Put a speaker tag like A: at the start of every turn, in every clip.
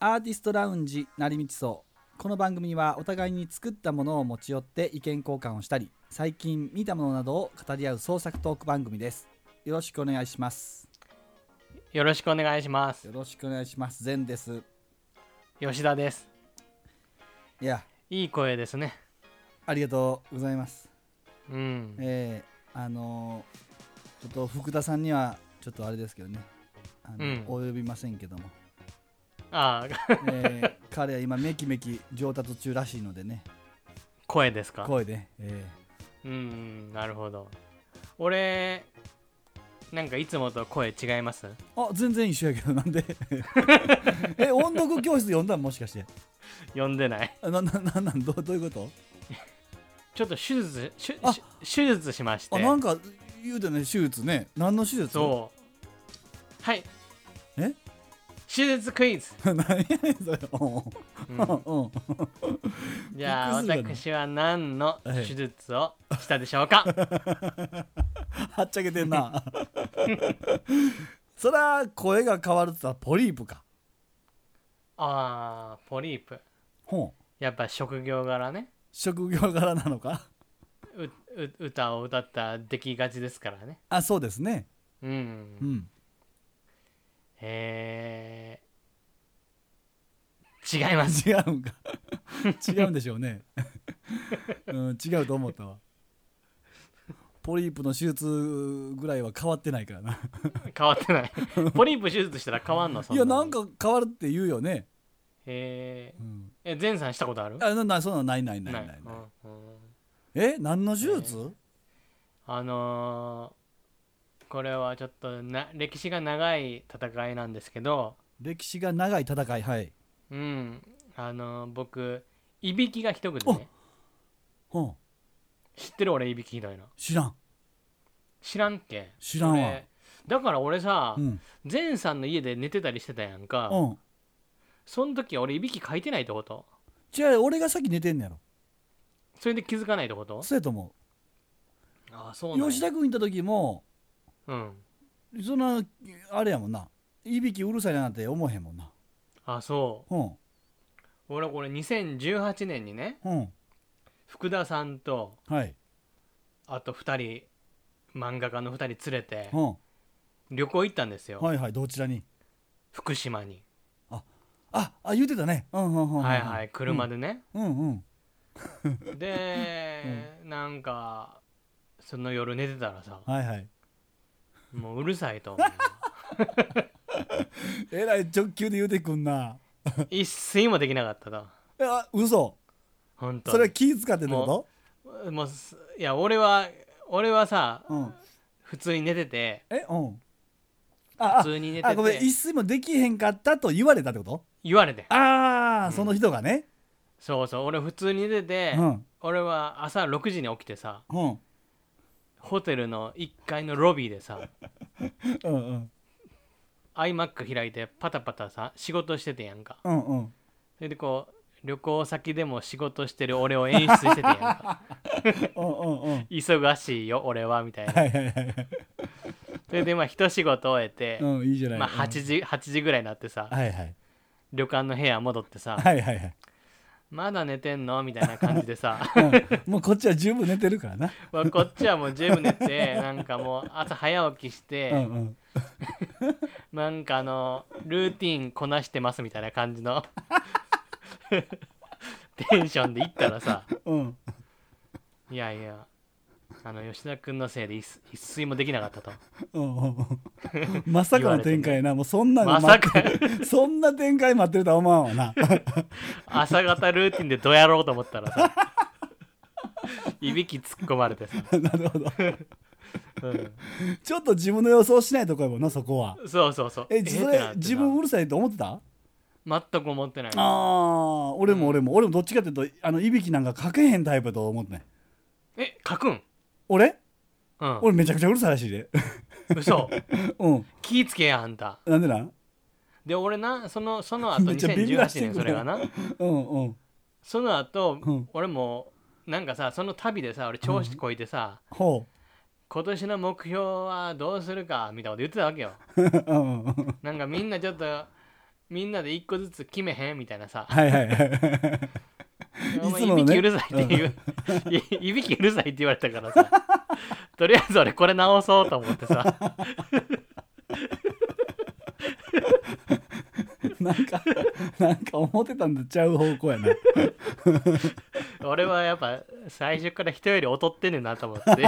A: アーティストラウンジ成道荘この番組はお互いに作ったものを持ち寄って意見交換をしたり最近見たものなどを語り合う創作トーク番組ですよろしくお願いします
B: よろしくお願いします
A: よろしくお願いします善です
B: 吉田です
A: いや
B: いい声ですね
A: ありがとうございます
B: うん
A: えー、あのーちょっと福田さんにはちょっとあれですけどねあの、
B: うん
A: 及びませんけ ども、
B: ああ
A: えー彼は今めきめき上達中らしいのでね
B: 声ですか
A: 声で、え
B: うんうんなるほど俺なんかいつもと声違います
A: ーあ全然一緒やけどなんでえ音読教室読んだんもしかして
B: 呼んでない
A: あなななんなんどうどういうこ
B: ちょっと手術しゅ
A: あ
B: し手術しまし
A: とあ
B: て
A: なんか言うてね手術ね何の手術
B: そうはい
A: え
B: 手術クイズ、
A: う 何やねんそれうん う
B: うん
A: んうん
B: じゃあ
A: びっくりするよね
B: 私は何の手術をしたでしょうか
A: はっちゃけてんなそら声が変わるって言ったらポリープか
B: あーポリープ
A: ほう
B: やっぱ職業柄ね
A: 職業柄なのか
B: うう歌を歌ったらできがちですからね
A: あそうですね
B: うん、
A: うん
B: えー、違います
A: 違うんか違うんでしょうね、うん、違うと思ったわポリープの手術ぐらいは変わってないからな
B: 変わっ てないポリープ手術したら変わんのそ
A: い
B: ん
A: や
B: な
A: なんか変わるって言うよね、
B: えー
A: うん、
B: え前さんしたことある
A: あななそんなのないないないないない
B: うんうん
A: え何の手術、
B: あのーこれはちょっとな歴史が長い戦いなんですけど
A: 歴史が長い戦いはい、
B: うんあのー僕いびきがひどくてね
A: うん、
B: 知ってる俺いびきひどいの
A: 知らん
B: 知らんっけ
A: 知らんわ
B: 俺だから俺さ、
A: うん
B: 前さんの家で寝てたりしてたやんか、
A: うん
B: その時俺いびきかいてないってこと
A: じゃあ俺が先寝てんねやろ
B: それで気づかないってこと
A: そうやと思
B: ああそう
A: う
B: なんや
A: 吉田君いた時も
B: うん
A: そんなあれやもんないびきうるさいなんて思えへんもんな
B: あそ
A: うん
B: う俺これ2018年にね
A: うん
B: 福田さんと
A: はい
B: あと2人漫画家の2人連れて
A: うん
B: 旅行行ったんですよ、
A: はいはいどちらに
B: 福島に、
A: ああ言ってたねうんうんうん
B: はいはい車でね、
A: うんうん
B: で、なんかその夜寝てたらさ
A: はいはい
B: もううるさいと思 う
A: えらい直球で言うてくんな
B: 一睡もできなかったと
A: えあ嘘
B: 本当
A: それは気使ってんのこ
B: もうすいや俺は俺はさ
A: とうん
B: 普通に寝てて
A: えうんああ
B: 普通に寝てて
A: あごめん一睡もできへんかったと言われたってこと
B: 言われて
A: ああ、
B: うん
A: その人がね
B: そうそう俺普通に寝てて、
A: うん
B: 俺は朝6時に起きてさ
A: うん
B: ホテルの1階のロビーでさ
A: うんうん
B: iMac 開いてパタパタさ仕事しててやんか
A: うんうん
B: それでこう旅行先でも仕事してる俺を演出しててや んか
A: うんうんうん
B: 忙しいよ俺はみたいな
A: はいはいはいはい
B: それでまあ一仕事終えて、
A: うんいいじゃない
B: まあ、8時8時ぐらいになってさ
A: うんはいはい
B: 旅館の部屋戻ってさ
A: はいはいはい
B: まだ寝てんのみたいな感じで さ
A: うんもうこっちは十分寝てるからな
B: まあこっちはもう十分寝てなんかもう朝早起きして、
A: うんうん
B: なんかあのルーティンこなしてますみたいな感じの テンションで行ったらさ
A: うん
B: いやいやあの吉田君のせいで一睡一睡もできなかったと
A: うんうんうんまさかの展開やな、もうそんなの
B: ま
A: 待
B: さ
A: って
B: か
A: そんな展開待ってるとは思わんわな
B: 朝方ルーティンでどやろうと思ったら さいびき突っ込まれてさ、
A: なるほど
B: うん
A: ちょっと自分の予想しないとこやもんなそこは
B: そうそうそう
A: えそれ
B: ってなってさ
A: 自分うるさいと思ってた
B: 全く思ってない
A: ああ俺も俺も、俺もどっちかっていうとあのいびきなんかかけへんタイプやと思ってね
B: え書くん
A: 俺
B: うん
A: 俺めちゃくちゃうるさいらしいで
B: 嘘
A: うん
B: 気ぃつけやあんた
A: なんでなん
B: で俺なそのその後
A: めっちゃビビらして
B: 2018
A: くる
B: 年それがな
A: うんうん
B: その後、
A: うん
B: 俺もなんかさその旅でさ俺調子こいてさ、
A: ほ
B: 今年の目標はどうするかみたいなこと言ってたわけよ
A: ううんうんうん
B: なんかみんなちょっとみんなで一個ずつ決めへんみたい なさ
A: はいはいはい。
B: 「お前
A: いつものね
B: いびきうるさい」っていう、 いいびきうるさいって言われたからさとりあえず俺これ直そうと思ってさ
A: なんか、なんか思ってたんとちゃう方向やな。
B: 俺はやっぱ最初から人より劣ってんねんなと 思って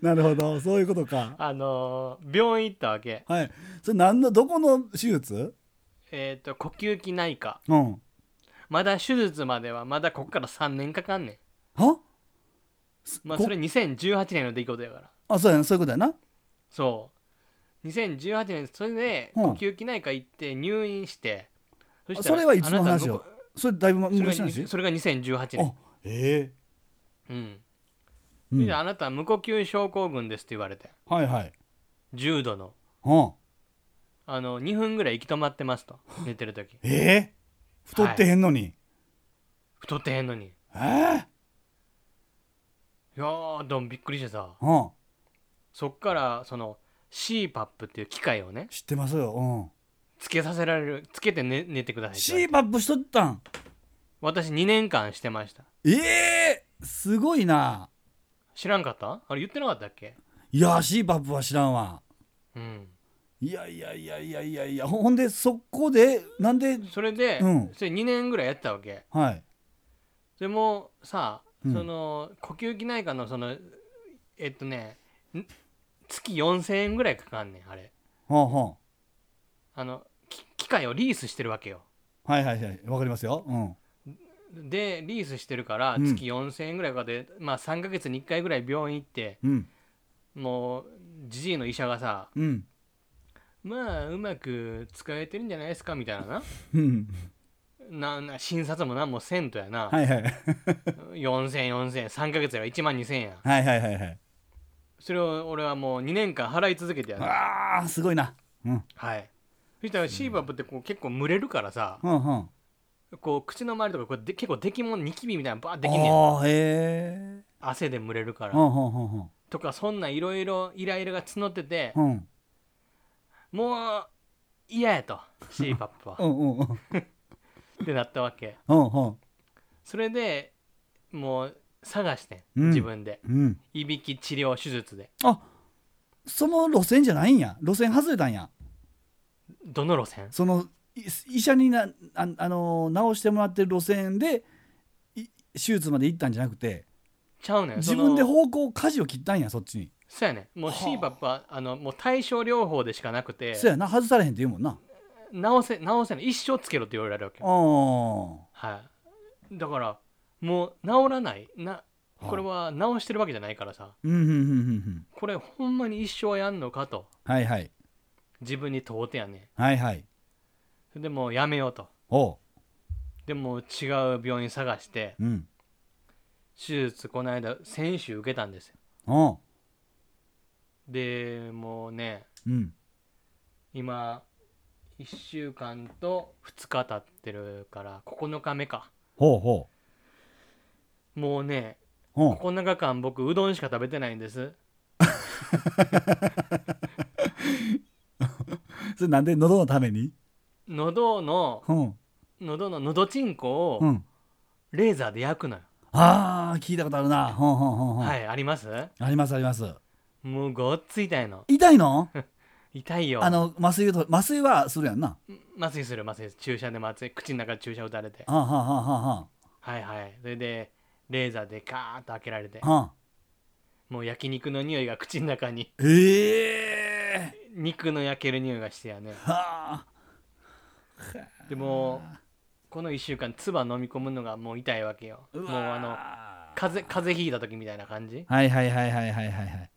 A: なるほど、そういうことか。
B: あのー病院行ったわけ
A: はい。それ何の、どこの手術
B: えっ、と呼吸器内科
A: うん。
B: まだ手術まではまだここから3年かかんね
A: は
B: んまあ
A: こ
B: それ2018年の出来事やから
A: あ、そうやな、そういうことやな。
B: そう2018年それで
A: うん
B: 呼吸器内科行って入院して、そ
A: それはいつの話よそれだいぶ
B: あなたは
A: 昔の
B: 無
A: 話
B: それがにそれが2018
A: あ
B: 年、
A: え
B: うん
A: えうん
B: であなたは無呼吸症候群ですって言われて
A: はいはい。
B: 重度の
A: うん。
B: あの2分ぐらい行き止まってますと寝てる時
A: ええ太ってへんのに。
B: 太ってへんのにい
A: え
B: やーどんびっくりしてさ
A: えうん。
B: そっからその CPAP っていう機械をね
A: 知ってますよ。うん。
B: つけさせられるつけて寝寝てくださいって言われて
A: c バップしとったん。
B: 私2年間してました
A: ええすごいな。
B: 知らんかったあれ言ってなかったっけ
A: いや、c バップは知らんわ。
B: うん
A: いやいやいやいやいやいや、ほほんで、そこで、なんで、
B: それで、
A: うん
B: それ2年ぐらいやってたわけ
A: はい。
B: でもさ、
A: うん
B: その呼吸器内科のそのえっとねん月4000円ぐらいかかんねんあれ
A: ほうほ
B: あのき機械をリースしてるわけよ
A: う。はいはいはい、わかりますよ。うん。
B: でリースしてるから
A: うん
B: 月4000円ぐらいかかって、まあ3ヶ月に1回ぐらい病院行って
A: うん。
B: もうじじいの医者がさ
A: うん。
B: まあうまく使えてるんじゃないですかみたいなな
A: うん。
B: なな診察も何もせんとやな、
A: はいはい。
B: 40004000 3ヶ月やから1万2000円や
A: はいはいはいはい。
B: それを俺はもう2年間払い続けてやる
A: ああ、すごいな。うん。
B: はいそしたら CPAP ってこう結構蒸れるからさ
A: うんうん。
B: こう口の周りとかこうで結構できもんニキビみたいなのバーってできんねん
A: ああ、へえ。
B: 汗で蒸れるか
A: うんう
B: ら
A: んうん
B: とかそんないろいろイライラが募ってて
A: うん。うん。
B: もう嫌やと CPAP は
A: うんうんうん。
B: ってなったわけ
A: うんうん。
B: それでもう探して
A: うん
B: ん自分で
A: うん。
B: いびき治療手術で
A: あその路線じゃないんや。路線外れたんや。
B: どの路線
A: その、い医者にな、ああのー、直してもらってる路線で、い手術まで行ったんじゃなくて、
B: ちゃうねん
A: 自
B: その
A: 分で方向、舵を切ったんや、そっちに。
B: そうやねもう
A: はあ
B: CPAP はあのもう対症療法でしかなくて
A: そうやな、外されへんって言うもんな。
B: 直せ直せない一生つけろって言われるわけよ
A: あ
B: はいだからもう治らないな
A: あ
B: これは直してるわけじゃないからさ
A: うんうんうんうんうん。
B: これほんまに一生やんのかと
A: はいはい。
B: 自分に問うてやね
A: はいはい。
B: でもうやめようと
A: おう。
B: でもう違う病院探して
A: うん。
B: 手術この間先週受けたんですよ
A: おう。
B: でもうね
A: うん。
B: 今1週間と2日経ってるから9日目か
A: ほうほう。
B: もうね
A: おう。
B: 9日間僕うどんしか食べてないんです
A: それなんで喉のために
B: 喉の
A: うん。
B: 喉の喉ちんこ
A: う
B: を
A: ん。
B: レーザーで焼くのよ、
A: ああ、聞いたことあるな。ほんほんほんほん。
B: はいあります
A: ありますあります。
B: もうごっつ痛いの
A: 痛いの
B: 痛いよ
A: あの、麻酔と、麻酔はするやんな。
B: 麻酔する麻酔する注射で麻酔口の中で注射打たれて
A: はあはあはあは
B: はいはいそれでレーザーでカーッと開けられて
A: あはあ。
B: もう焼肉の匂いが口の中に
A: ええ
B: 肉の焼ける匂いがしてやね
A: ー。はあ。
B: でもうこの1週間唾飲み込むのがもう痛いわけよもうあの
A: の。
B: 風風邪ひいた時みたいな感じ
A: はいはいはいはいはいはいはい。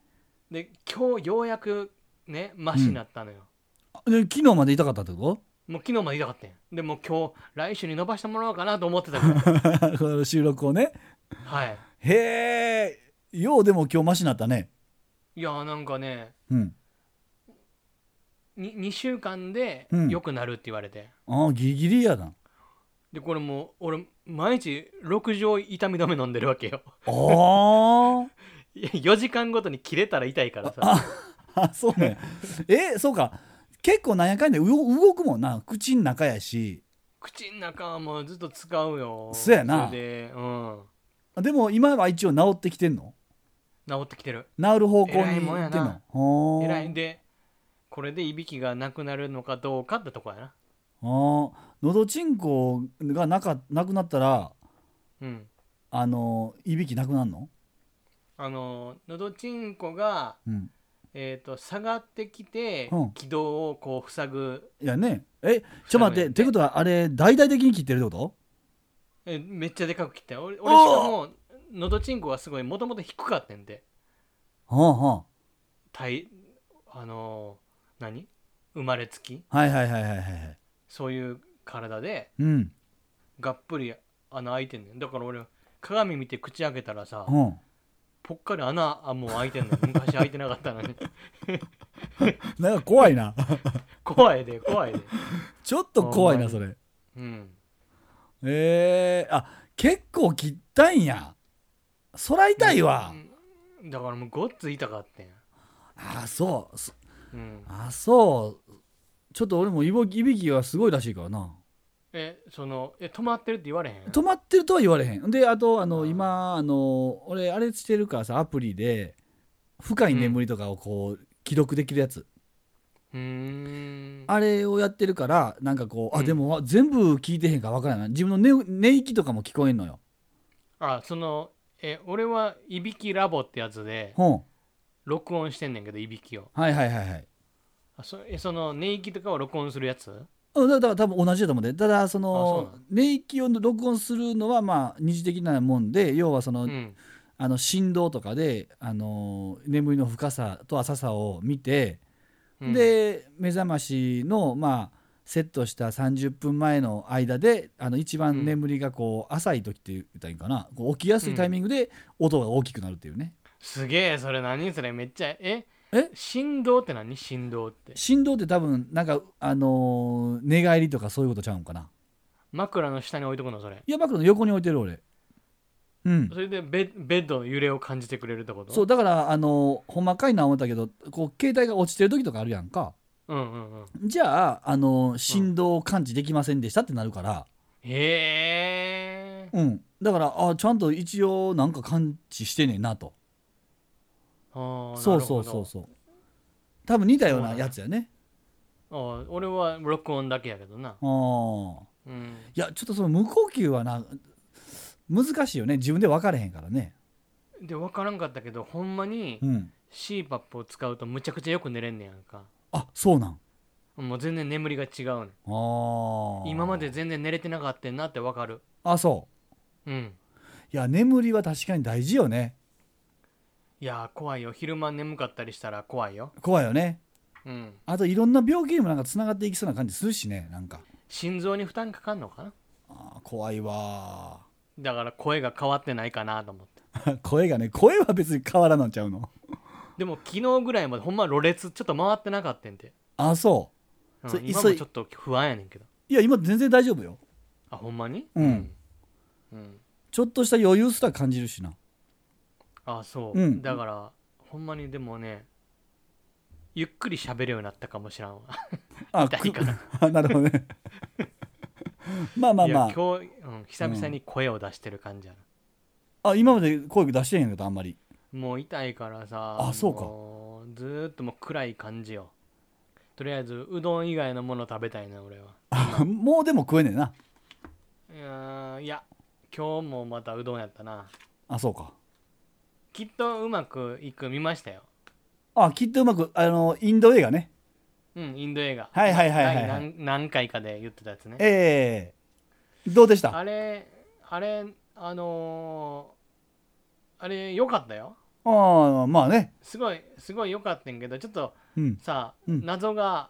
B: で今日ようやくねマシになったのよ、
A: あで昨日まで痛かったってこ
B: もう昨日まで痛かったんやでもう今日来週に伸ばしてもらおうかなと思ってたから
A: と この収録をね。
B: はい
A: へえ。ようでも今日マシになったね。
B: いやーなんかね
A: うん。
B: に2週間で
A: うん
B: 良くなるって言われて、
A: ああ、ギリギリやな。
B: でこれもう俺毎日6錠痛み止め飲んでるわけよ
A: ああ。
B: いや4時間ごとに切れたら痛いからさ
A: ああそうねえそうか結構なんやかんやうお動くもんな口ん中やし
B: 口の中はもうずっと使うよ
A: そやな
B: れでうん
A: でも今は一応治ってきてんの
B: 治ってきてる
A: 治る方向に
B: 偉いもん
A: 行
B: や
A: ってんの
B: な
A: ほー
B: えらいんでこれでいびきがなくなるのかどうかってとこやな
A: ほーのどちんこがなかなくなったら
B: うん
A: あのいびきなくなるの、
B: あののどちんこが、
A: うん、
B: えー、と下がってきて、
A: うん
B: 気道をこう塞ぐ
A: いやねえちょ待ってってことはあれ大々的に切ってるってこと
B: えめっちゃでかく切ったよ俺
A: おー
B: 俺しかものどちんこがすごいもともと低かったんで
A: ほんほん
B: 体あのー何生まれつき
A: はいはいはいはいはいはい
B: そういう体で
A: うん
B: がっぷり穴開いてんねんだから俺鏡見て口開けたらさ
A: うん
B: ぽっかり穴あもう開いてんの昔開いてなかった のに
A: なんか怖 いな
B: 怖いで怖いで
A: ちょっと怖いなそれ
B: うん
A: えー、あ結構切ったんやそら痛いわ、
B: うんだからもうごっつ痛かったんや
A: あそうそ
B: うん
A: あそうちょっと俺もいぼいびきはすごいらしいからな
B: えそのえ止まってるって言われへん
A: 止まってるとは言われへんであとあの、
B: うん
A: 今あの俺あれしてるからさアプリで深い眠りとかをこう記録できるやつ、
B: うーん
A: あれをやってるからなんかこうあ、
B: うん
A: でもあ全部聞いてへんからわからんない自分の寝寝息とかも聞こえんのよ
B: あそのえ俺はいびきラボってやつで
A: ほん
B: 録音してんねんけどいびきを
A: はいはいはいはい
B: あそえその寝息とかを録音するやつ
A: うんだだから多分同じだと思うんでただその
B: あそう
A: 寝息を録音するのはまあ二次的なもんで要はその,、
B: うん
A: あの振動とかで、あのー眠りの深さと浅さを見て、
B: うん
A: で目覚ましのまあセットした30分前の間であの一番眠りがこう浅い時って言ったらいいんかな、こう起きやすいタイミングで音が大きくなるっていうね、
B: すげえそれ何それめっちゃえ
A: え
B: 振動って何振動って
A: 振動って多分なんか、あのー寝返りとかそういうことちゃうんかな
B: 枕の下に置いとくのそれ
A: いやバックの横に置いてる俺うん
B: それでベベッドの揺れを感じてくれるってこと
A: そうだからあのほんまかいな思ったけどこう携帯が落ちてる時とかあるやんか
B: うんうんうん
A: じゃああの振動を感知できませんでしたってなるから、
B: へえ
A: うんだからあちゃんと一応なんか感知してねえなとそうそうそうそう多分似たようなやつやね
B: あー俺は録音だけやけどな
A: あー
B: うん
A: いやちょっとその無呼吸はな難しいよね自分で分かれへんからね
B: で分からんかったけどほんまに
A: うん
B: CPAP を使うとむちゃくちゃよく寝れんねやんか
A: あそうなん
B: もう全然眠りが違うね
A: あー
B: ん今まで全然寝れてなかったんなって分かる
A: あそ
B: うん
A: ういや眠りは確かに大事よね
B: いやー怖いよ昼間眠かったりしたら怖いよ
A: 怖いよね
B: うん
A: あといろんな病気にもなんかつながっていきそうな感じするしねなんか
B: 心臓に負担かかんのかな
A: あー怖いわ
B: だから声が変わってないかなと思って
A: ー 声がね声は別に変わらなんちゃうの
B: でも昨日ぐらいまでほんまろれつちょっと回ってなかったんで、
A: あそ
B: うん
A: それ
B: 今
A: 急
B: も
A: い
B: ちょっと不安やねんけど
A: ういや今全然大丈夫よ
B: あほんまに
A: うん
B: うん、うん
A: ちょっとした余裕すら感じるしな
B: あそう、
A: うん
B: だからほんまにでもねゆっくり喋るようになったかもしらんわ
A: あ
B: 痛いから
A: あなるほどねまあまあ
B: い
A: ま
B: や今日、うん、久々に声を出してる感じやな、
A: ああ今まで声出してへんけどあんまり
B: もう痛いからさ
A: あそうか
B: もうずーっともう暗い感じよとりあえずうどん以外のもの食べたいな俺は
A: あもうでも食えねえない
B: やーいや今日もまたうどんやったな
A: あそうか
B: きっとうまくいく見ましたよ
A: あきっとうまくあのインド映画ね
B: うんインド映画
A: はいはいはいはいはい
B: 第何何回かで言ってたやつね
A: ええどうでした
B: あれあれあのーあれ良かったよ
A: ああまあね
B: すごいすごい良かったんけどちょっと
A: うん
B: さ、
A: うん
B: 謎が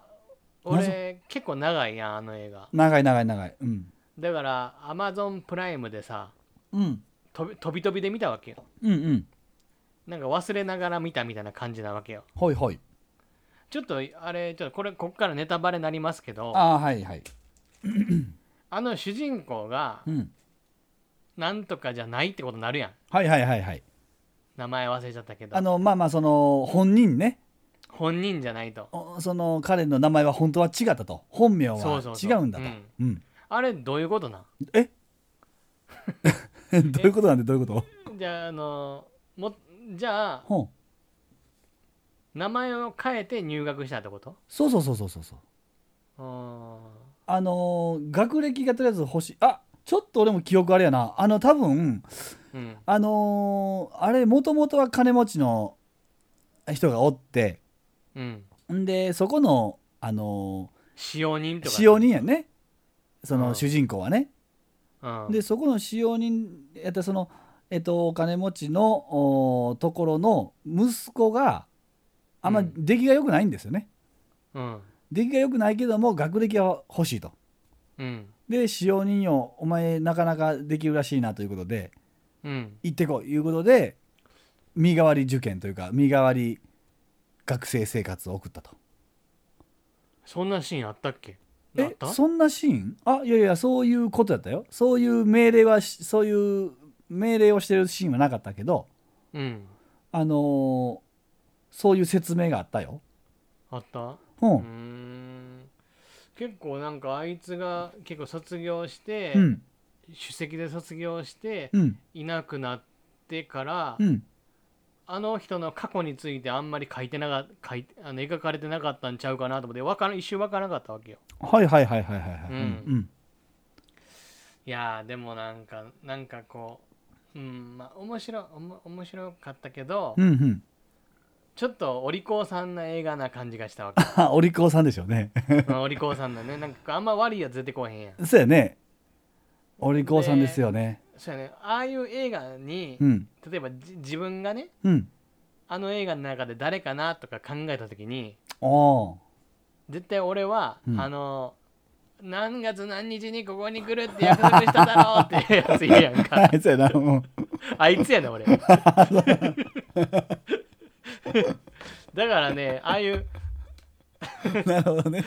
B: 俺結構長いやんあの映画
A: 長い長い長いうん
B: だからアマゾンプライムでさ
A: うん
B: 飛び飛び飛びで見たわけよ
A: うんうん
B: なんか忘れながら見たみたいな感じなわけよ
A: ほいほい
B: ちょっとあれちょっとこれこっからネタバレになりますけどあ
A: ああはいはい
B: の主人公が
A: うん
B: なんとかじゃないってことになるやん
A: はいはいはいはい
B: 名前忘れちゃったけど
A: あのまあまあその本人ね
B: 本人じゃないと
A: おその彼の名前は本当は違ったと本名は
B: そうそう
A: 違
B: そう
A: うんだと
B: うん
A: うん
B: あれどういうことなん
A: えどういうことなんでど ういうこと
B: じゃああのもじゃあ
A: ほん
B: 名前を変えて入学したってこと
A: そうそうそうそうそうそう
B: うん
A: あのー学歴がとりあえず欲しいあちょっと俺も記憶あれやなあの多分
B: うん
A: あのーあれもともとは金持ちの人がおって
B: うん
A: んでそこのあの
B: 使用人
A: ー
B: とか
A: 使用人やねそうの
B: ん
A: 主人公はね、
B: うん
A: でそこの使用人やったそのえっとお金持ちのおーところの息子があんま
B: うん
A: 出来が良くないんですよね、
B: うん
A: 出来が良くないけども学歴は欲しいと
B: うん
A: で使用人よお前なかなかできるらしいなということで
B: うん
A: 行ってこいいうことで身代わり受験というか身代わり学生生活を送ったと
B: そんなシーンあったっけあっ
A: え
B: た
A: そんなシーンあいやいやそういうことだったよそういう命令はしそういう命令をしてるシーンはなかったけど
B: うん
A: あのーそういう説明があったよ
B: あった
A: うん
B: うーん結構なんかあいつが結構卒業して、
A: うん
B: 首席で卒業して
A: うん
B: いなくなってから、
A: うん
B: あの人の過去についてあんまり書いてなか書いてあの描かれてなかったんちゃうかなと思ってわからん一瞬わからなかったわけよ
A: はいはいはいはいはいはい
B: うん
A: うん
B: いやーでもなんかなんかこううんまあ面白いおも面白かったけど、
A: うんうん
B: ちょっとお利口さんな映画な感じがした わけ
A: あお利口さんでしょうね
B: まあお利口さんなねなんかあんま悪いやつ出てこへんやん
A: そうやねお利口さんですよね
B: そうやねああいう映画に、
A: うん
B: 例えばじ自分がね
A: うん
B: あの映画の中で誰かなとか考えた時に
A: ああ
B: 絶対俺は、
A: うん
B: あの何月何日にここに来るって約束しただろうっていうやついるや んか
A: そうやなうん
B: あいつや ね俺だからねああいう
A: なるほどね。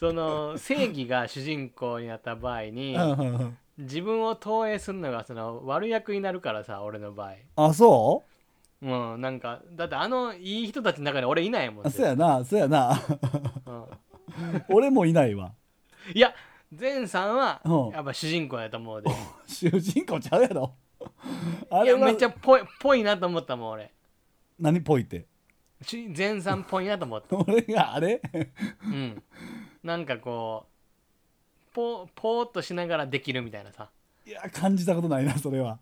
B: その正義が主人公になった場
A: う
B: 合に
A: んうんうん
B: 自分を投影するのがその悪役になるからさ俺の場合
A: あ、そ
B: うんなんかだってあのいい人たちの中に俺いないもん
A: うあ、そうやな、そうやな。
B: うん
A: 俺もいないわ。
B: いや前さんは
A: うん
B: やっぱ主人公やと思うで
A: 主人公ちゃうやろ。 あ
B: い
A: れ
B: や
A: は
B: めっちゃぽいぽいなと思ったもん俺
A: 何ぽいって。
B: し前さんぽいなと思った
A: 俺があれ
B: うんなんかこうぽぽーっとしながらできるみたいなさ
A: いや、感じたことないな、それ は。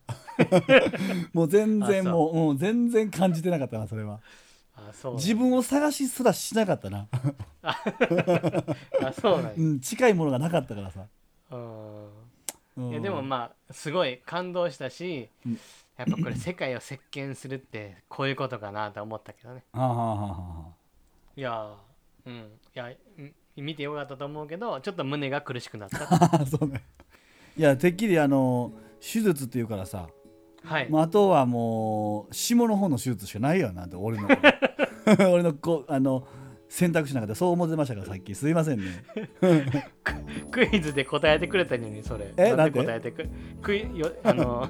A: もう全然
B: あ
A: もう、うん、全然感じてなかったな、それは。
B: あそう
A: 自分を探しすらしなかったな。
B: あそうなんや
A: うん、近いものがなかったからさ。うん
B: うんいやでもまあすごい感動したし
A: うん
B: やっぱこれ世界を席巻するってこういうことかなと思ったけどね
A: あはあはあはあ
B: いやーうんいやうん見てよかったと思うけどちょっと胸が苦しくなった
A: あそうね。いや、てっきりあの、手術っていうからさ。
B: はい
A: まあ、あとはもう下の方の手術しかないよなって俺の 俺のこうあの選択肢なんかでそう思ってましたからさっきすいませんね
B: クイズで答えてくれたのにそれ
A: え
B: な
A: なんん
B: で
A: で
B: 答えてくクイよあ の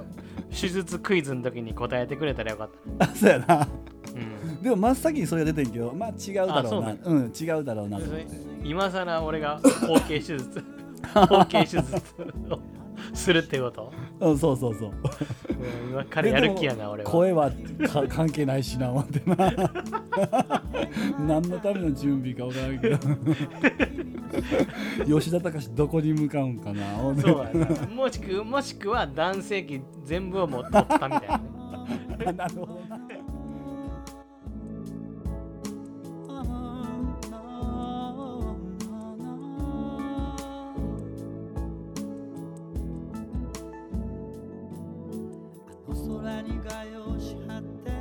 B: 手術クイズの時に答えてくれたらよかっ
A: あそうやな
B: た、うん、
A: でも真っ先にそれが出てんけどまあ違うだ
B: あ
A: ろ
B: そうう
A: な
B: な
A: うんん違うだろうなと思って
B: 今さら俺が包茎手術 包茎手術をするってこ
A: う
B: と、
A: んそうそうそう
B: うん、今彼やる気やな俺は
A: 声はか関係ないしな思ってな何のための準備か分からんけど吉田隆どこに向かうんかな思って
B: そうやなもしくもしくは男性器全部をもう取ったみたいなね
A: なるほどな。あの空にがよしはって